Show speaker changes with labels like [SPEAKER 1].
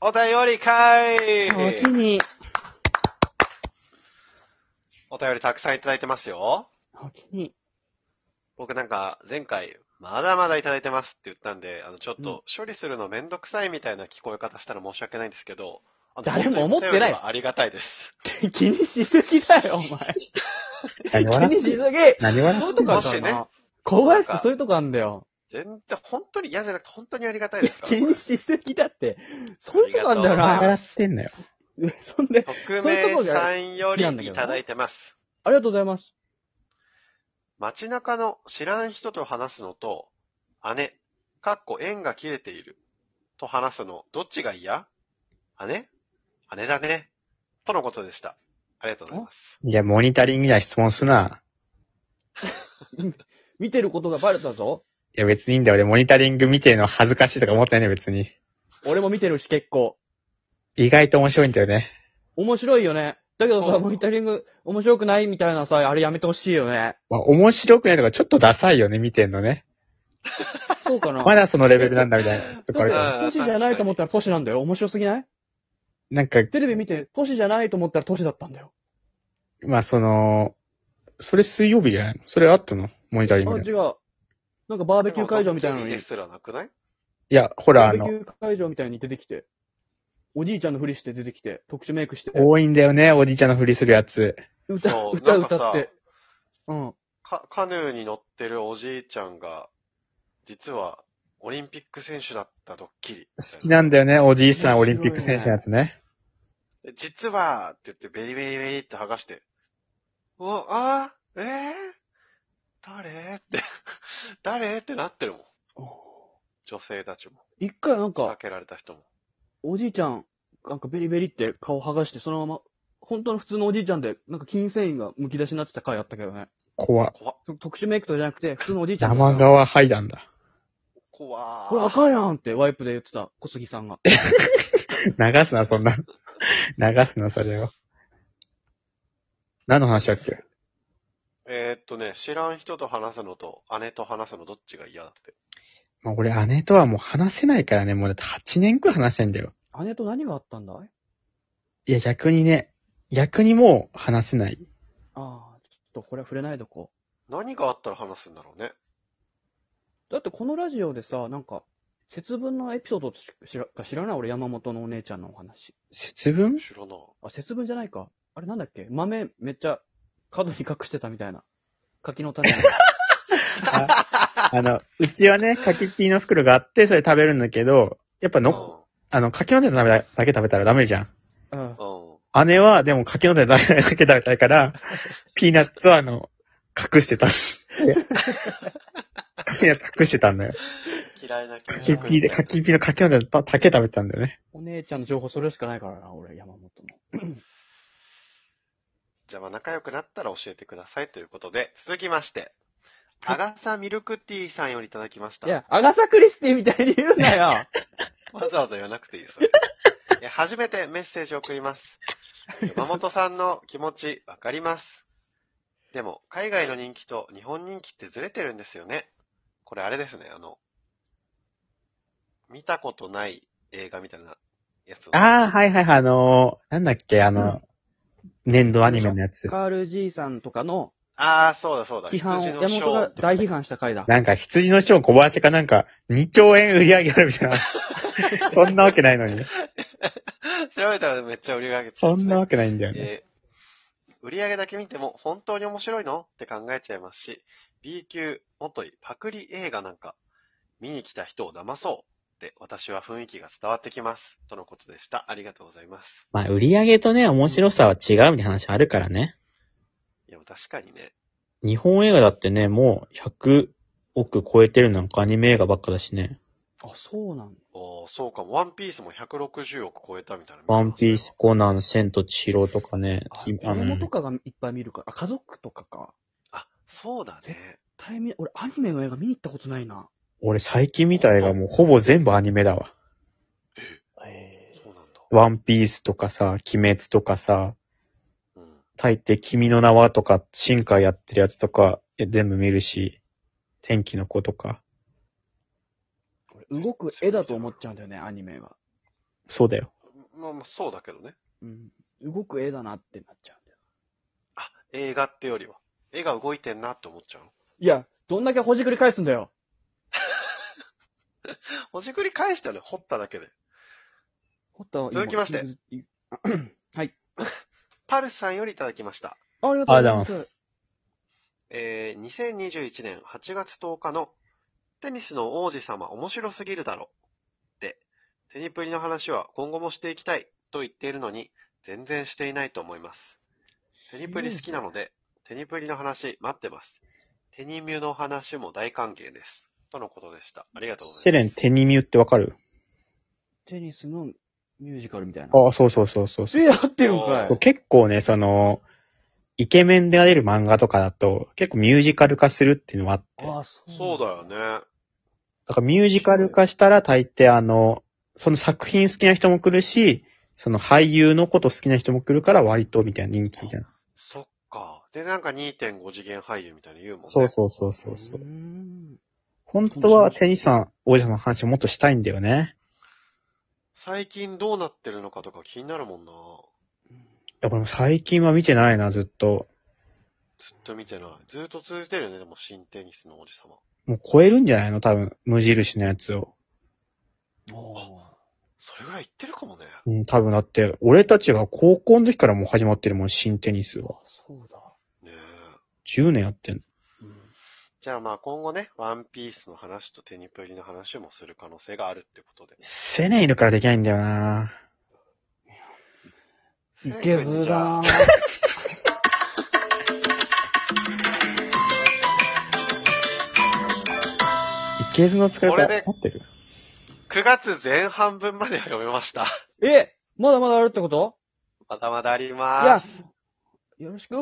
[SPEAKER 1] お便りか
[SPEAKER 2] お気
[SPEAKER 1] い
[SPEAKER 2] に、
[SPEAKER 1] お便りたくさんいただいてますよ。
[SPEAKER 2] お気に。
[SPEAKER 1] 僕なんか前回、まだまだいただいてますって言ったんで、あの、ちょっと処理するのめんどくさいみたいな聞こえ方したら申し訳ないんですけど、あの
[SPEAKER 2] 誰も思ってない
[SPEAKER 1] お便りはありがたいです。
[SPEAKER 2] 気にしすぎだよ、
[SPEAKER 3] 何
[SPEAKER 2] お前。 気
[SPEAKER 3] 笑
[SPEAKER 2] に
[SPEAKER 3] っ
[SPEAKER 2] してすぎ
[SPEAKER 3] る
[SPEAKER 2] そ
[SPEAKER 3] 何
[SPEAKER 2] う
[SPEAKER 3] 笑
[SPEAKER 2] い
[SPEAKER 3] っ
[SPEAKER 2] う
[SPEAKER 3] て
[SPEAKER 2] と
[SPEAKER 3] ん
[SPEAKER 2] こ
[SPEAKER 3] の
[SPEAKER 1] も
[SPEAKER 2] あるか
[SPEAKER 1] しね
[SPEAKER 2] らな。小林ってそういうとこあんだよ。
[SPEAKER 1] 全然、本当に嫌じゃなくて本当にありがたいですから。
[SPEAKER 2] 気にしすぎだって。そういうとこあんだよ
[SPEAKER 1] あり
[SPEAKER 3] 笑
[SPEAKER 2] な。
[SPEAKER 3] ってんのよ。
[SPEAKER 2] そんで、
[SPEAKER 1] 匿
[SPEAKER 2] そういうとこ
[SPEAKER 1] 名
[SPEAKER 2] が
[SPEAKER 1] さんよ
[SPEAKER 2] 好きなんだ
[SPEAKER 1] り
[SPEAKER 2] け
[SPEAKER 1] い
[SPEAKER 2] ど
[SPEAKER 1] ただいてます。
[SPEAKER 2] ありがとうございます。
[SPEAKER 1] 街中の知らん人と話すのと、姉、かっこ縁が切れている、と話すの、どっちが嫌姉姉だね。とのことでした。ありがとうございます。
[SPEAKER 3] いや、モニタリングみたいな質問すな。
[SPEAKER 2] 見てることがバレたぞ。
[SPEAKER 3] いや、別にいいんだよ。俺、モニタリング見てるの恥ずかしいとか思ってないね、別に。
[SPEAKER 2] 俺も見てるし結構。
[SPEAKER 3] 意外と面白いんだよね。
[SPEAKER 2] 面白いよね。だけど
[SPEAKER 1] そ
[SPEAKER 2] さ、
[SPEAKER 1] う
[SPEAKER 2] モニタリング面白くないみたいなさ、あれやめてほしいよね。
[SPEAKER 3] まあ、面白くないとかちょっとダサいよね、見てんのね。
[SPEAKER 2] そうか な。
[SPEAKER 3] まだそのレベルなんだ、みたいな。とかあるから
[SPEAKER 1] うん
[SPEAKER 2] 都市じゃないと思ったら都市なんだよ。面白すぎない
[SPEAKER 3] なんか、
[SPEAKER 2] テレビ見て、都市じゃないと思ったら都市だったんだよ。
[SPEAKER 3] まあ、その、それ水曜日じゃないのそれあったのモニタ
[SPEAKER 2] あ、
[SPEAKER 3] リ
[SPEAKER 2] 違。
[SPEAKER 3] ングみたいう
[SPEAKER 2] なんかバーベキュー会場みたいなの
[SPEAKER 1] ドッキリ
[SPEAKER 2] に
[SPEAKER 1] で、すらなく ない
[SPEAKER 3] な。いや、ほら、
[SPEAKER 2] バー
[SPEAKER 3] あ
[SPEAKER 2] ベ
[SPEAKER 3] の
[SPEAKER 2] キ、ュー会場みたいに出てきて、おじいちゃんのふりして出てきて、特殊メイクして、
[SPEAKER 3] 多いんだよね、おじいちゃんのふりするやつ。
[SPEAKER 2] 歌、
[SPEAKER 1] そうな
[SPEAKER 2] 歌
[SPEAKER 1] んかさ
[SPEAKER 2] 歌って。うん。
[SPEAKER 1] か、カヌーに乗ってるおじいちゃんが、実は、オリンピック選手だったドッキリ。
[SPEAKER 3] 好きなんだよね、おじいさんオリンピック選手のやつね。
[SPEAKER 1] で実は、って言ってベリベリベリって剥がして、お、あーえー、誰って、 誰ってなってるもん。女性たちも。
[SPEAKER 2] 一回なん
[SPEAKER 1] か
[SPEAKER 2] か、
[SPEAKER 1] けられた人も。
[SPEAKER 2] おじいちゃん、なんかベリベリって顔剥がして、そのまま、本当の普通のおじいちゃんで、なんか筋繊維が剥き出しになってた回あったけどね。
[SPEAKER 3] 怖っ。
[SPEAKER 1] 怖っ、
[SPEAKER 2] そ特殊メイクとかじゃなくて、普通のおじいちゃんが。
[SPEAKER 3] 山川ハイダンだ。
[SPEAKER 1] 怖ー
[SPEAKER 2] これあかんやんってワイプで言ってた、小杉さんが。
[SPEAKER 3] 流すな、そんな。流すな、それを。何の話だっけ
[SPEAKER 1] えーっとね、知らん人と話すのと、姉と話すのどっちが嫌だって。
[SPEAKER 3] まあ、俺、姉とはもう話せないからね、もうだって8年くらい話せんだよ。
[SPEAKER 2] 姉と何があったんだい
[SPEAKER 3] いや、逆にね、逆にもう話せない。
[SPEAKER 2] ああ、ちょっとこれは触れないでこ
[SPEAKER 1] 何があったら話すんだろうね。
[SPEAKER 2] う。だってこのラジオでさ、なんか、節分のエピソードし知らか知らない俺山本のお姉ちゃんのお話。
[SPEAKER 3] 節分
[SPEAKER 1] 知らな。
[SPEAKER 2] あ、節分じゃないか。あれなんだっけ豆めっちゃ角に隠してたみたいな。柿の種。
[SPEAKER 3] あの、うちはね、柿ピーの袋があって、それ食べるんだけど、やっぱ
[SPEAKER 1] うん。
[SPEAKER 3] の、あの、柿の種だけ食べたらダメじゃ
[SPEAKER 2] うん。
[SPEAKER 1] うん。
[SPEAKER 3] ん。姉は、でも柿の種だけ食べた いから、ピーナッツはあの、隠してた。 ピーナッツ隠してたんだよ。
[SPEAKER 1] 嫌いな気
[SPEAKER 3] 柿ピーで、柿ピーの柿の種だけ食べてたんだよね。
[SPEAKER 2] お姉ちゃんの情報それしかないからな、俺山本の。
[SPEAKER 1] じゃあまあ仲良くなったら教えてくださいということで、続きまして、
[SPEAKER 2] は
[SPEAKER 1] ア
[SPEAKER 2] い
[SPEAKER 1] ガサミルクティーさんよりいただきました。
[SPEAKER 2] いや、アガサクリスティみたいに言うなよ
[SPEAKER 1] わざわざ言わなくていいです。え初めてメッセージを送ります。山本さんの気持ちわかります。でも、海外の人気と日本人気ってずれてるんですよね。これあれですね、あの、見たことない映画みたいなやつを。
[SPEAKER 3] ああ、はいはいはい、あのー、なんだっけ、あの、年度アニメのや つ。
[SPEAKER 2] カール爺さんとかの
[SPEAKER 1] ああ、そうだそうだ。
[SPEAKER 2] 批判を、
[SPEAKER 1] 羊の
[SPEAKER 2] 山
[SPEAKER 1] ショー
[SPEAKER 2] 本が大批判した回だ。
[SPEAKER 3] なんか羊のショー小林かなんか、2兆円売り上げあるみたいな。 そんなわけないのに。
[SPEAKER 1] 調べたらめっちゃ売り上げて
[SPEAKER 3] そんなわけないんだよね。
[SPEAKER 1] えー売り上げだけ見ても本当に面白いのって考えちゃいますし、B 級、もとい、パクリ映画なんか、見に来た人を騙そうって私は雰囲気が伝わってきます。とのことでした。ありがとうございます。
[SPEAKER 3] まあ、売り上げとね、面白さは違うみたいな話あるからね。
[SPEAKER 1] いや、確かにね。
[SPEAKER 3] 日本映画だってね、もう100億超えてるなんかアニメ映画ばっかだしね。
[SPEAKER 2] あ、そうなんだ。
[SPEAKER 1] おーそうかも。ワンピースも160億超えたみたいな。
[SPEAKER 3] ワンピース、。コナン、千と千尋とかね。
[SPEAKER 2] あ、
[SPEAKER 3] い
[SPEAKER 2] 子供とかがいっぱい見るから。あ、家族とかか。
[SPEAKER 1] あ、そうだね。
[SPEAKER 2] タイミ俺アニメの映画見に行ったことないな。
[SPEAKER 3] 俺最近見た映画もうほぼ全部アニメだわ。
[SPEAKER 1] そうなんだ。
[SPEAKER 3] ワンピースとかさ、鬼滅とかさ、
[SPEAKER 1] うん。
[SPEAKER 3] 大抵君の名はとか、進化やってるやつとか、え全部見るし、天気の子とか。
[SPEAKER 2] 俺動く絵だと思っちゃうんだよね、アニメは。
[SPEAKER 3] そうだよ。
[SPEAKER 1] まあまあ、そうだけどね。
[SPEAKER 2] うん。動く絵だなってなっちゃうんだよ。
[SPEAKER 1] あ、映画ってよりは。絵が動いてんなって思っちゃうの。
[SPEAKER 2] いや、どんだけほじくり返すんだよ。
[SPEAKER 1] ほじくり返したね、掘っただけで。
[SPEAKER 2] ほったは今
[SPEAKER 1] 続きまして。
[SPEAKER 2] い
[SPEAKER 1] パルスさんよりいただきました。
[SPEAKER 2] ありがとうございま
[SPEAKER 3] ありがとうござい
[SPEAKER 2] す。
[SPEAKER 1] えー、2021年8月10日のテニスの王子様面白すぎるだろって、テニプリの話は今後もしていきたいと言っているのに全然していないと思います。テニプリ好きなので、テニプリの話待ってます。テニミュの話も大歓迎です。とのことでした。ありがとうございます。
[SPEAKER 3] セレン、テニミュってわかる
[SPEAKER 2] テニスのミュージカルみたいな。
[SPEAKER 3] ああ、そうそうそうそうそう。
[SPEAKER 2] え、やってるんかい。
[SPEAKER 3] そう、結構ね、その、イケメンであれる漫画とかだと、結構ミュージカル化するっていうのもあって。
[SPEAKER 2] あ、そう。
[SPEAKER 1] そうだよ。ね。
[SPEAKER 3] だからミュージカル化したら大抵あの、その作品好きな人も来るし、その俳優のこと好きな人も来るから割とみたいな人気みたいな。
[SPEAKER 1] そっか。で、なんか2.5次元俳優みたいな言うもんね。
[SPEAKER 3] そうそうそうそうそうう。
[SPEAKER 2] ーん
[SPEAKER 3] 本当はテニスさん、王子様の話もっとしたいんだよね。
[SPEAKER 1] 最近どうなってるのかとか気になるもんな。
[SPEAKER 3] いや、これも最近は見てないな、ずっと。
[SPEAKER 1] ずっと見てない。ずっと続いてるよね、でも新テニスの王子様。
[SPEAKER 3] もう超えるんじゃないの多分、無印のやつを。
[SPEAKER 2] あ
[SPEAKER 1] それぐらい言ってるかもね。
[SPEAKER 3] うん、多分だって、俺たちが高校の時からもう始まってるもん、新テニス
[SPEAKER 2] ー
[SPEAKER 3] は。
[SPEAKER 2] あ、そうだ。
[SPEAKER 1] ねえ。
[SPEAKER 3] 10年やってんの。
[SPEAKER 1] じゃあまあ今後ね、ワンピースの話とテニプリの話もする可能性があるってことで。
[SPEAKER 3] セネいるからできないんだよな
[SPEAKER 2] うん。いけずらー。
[SPEAKER 3] いけずの使い
[SPEAKER 1] これ
[SPEAKER 3] 方、
[SPEAKER 1] で
[SPEAKER 3] 持ってる
[SPEAKER 1] 9月前半分までは読めました。
[SPEAKER 2] え、まだまだあるってこと
[SPEAKER 1] まだまだあり
[SPEAKER 2] いや
[SPEAKER 1] ます。、
[SPEAKER 2] よろしく。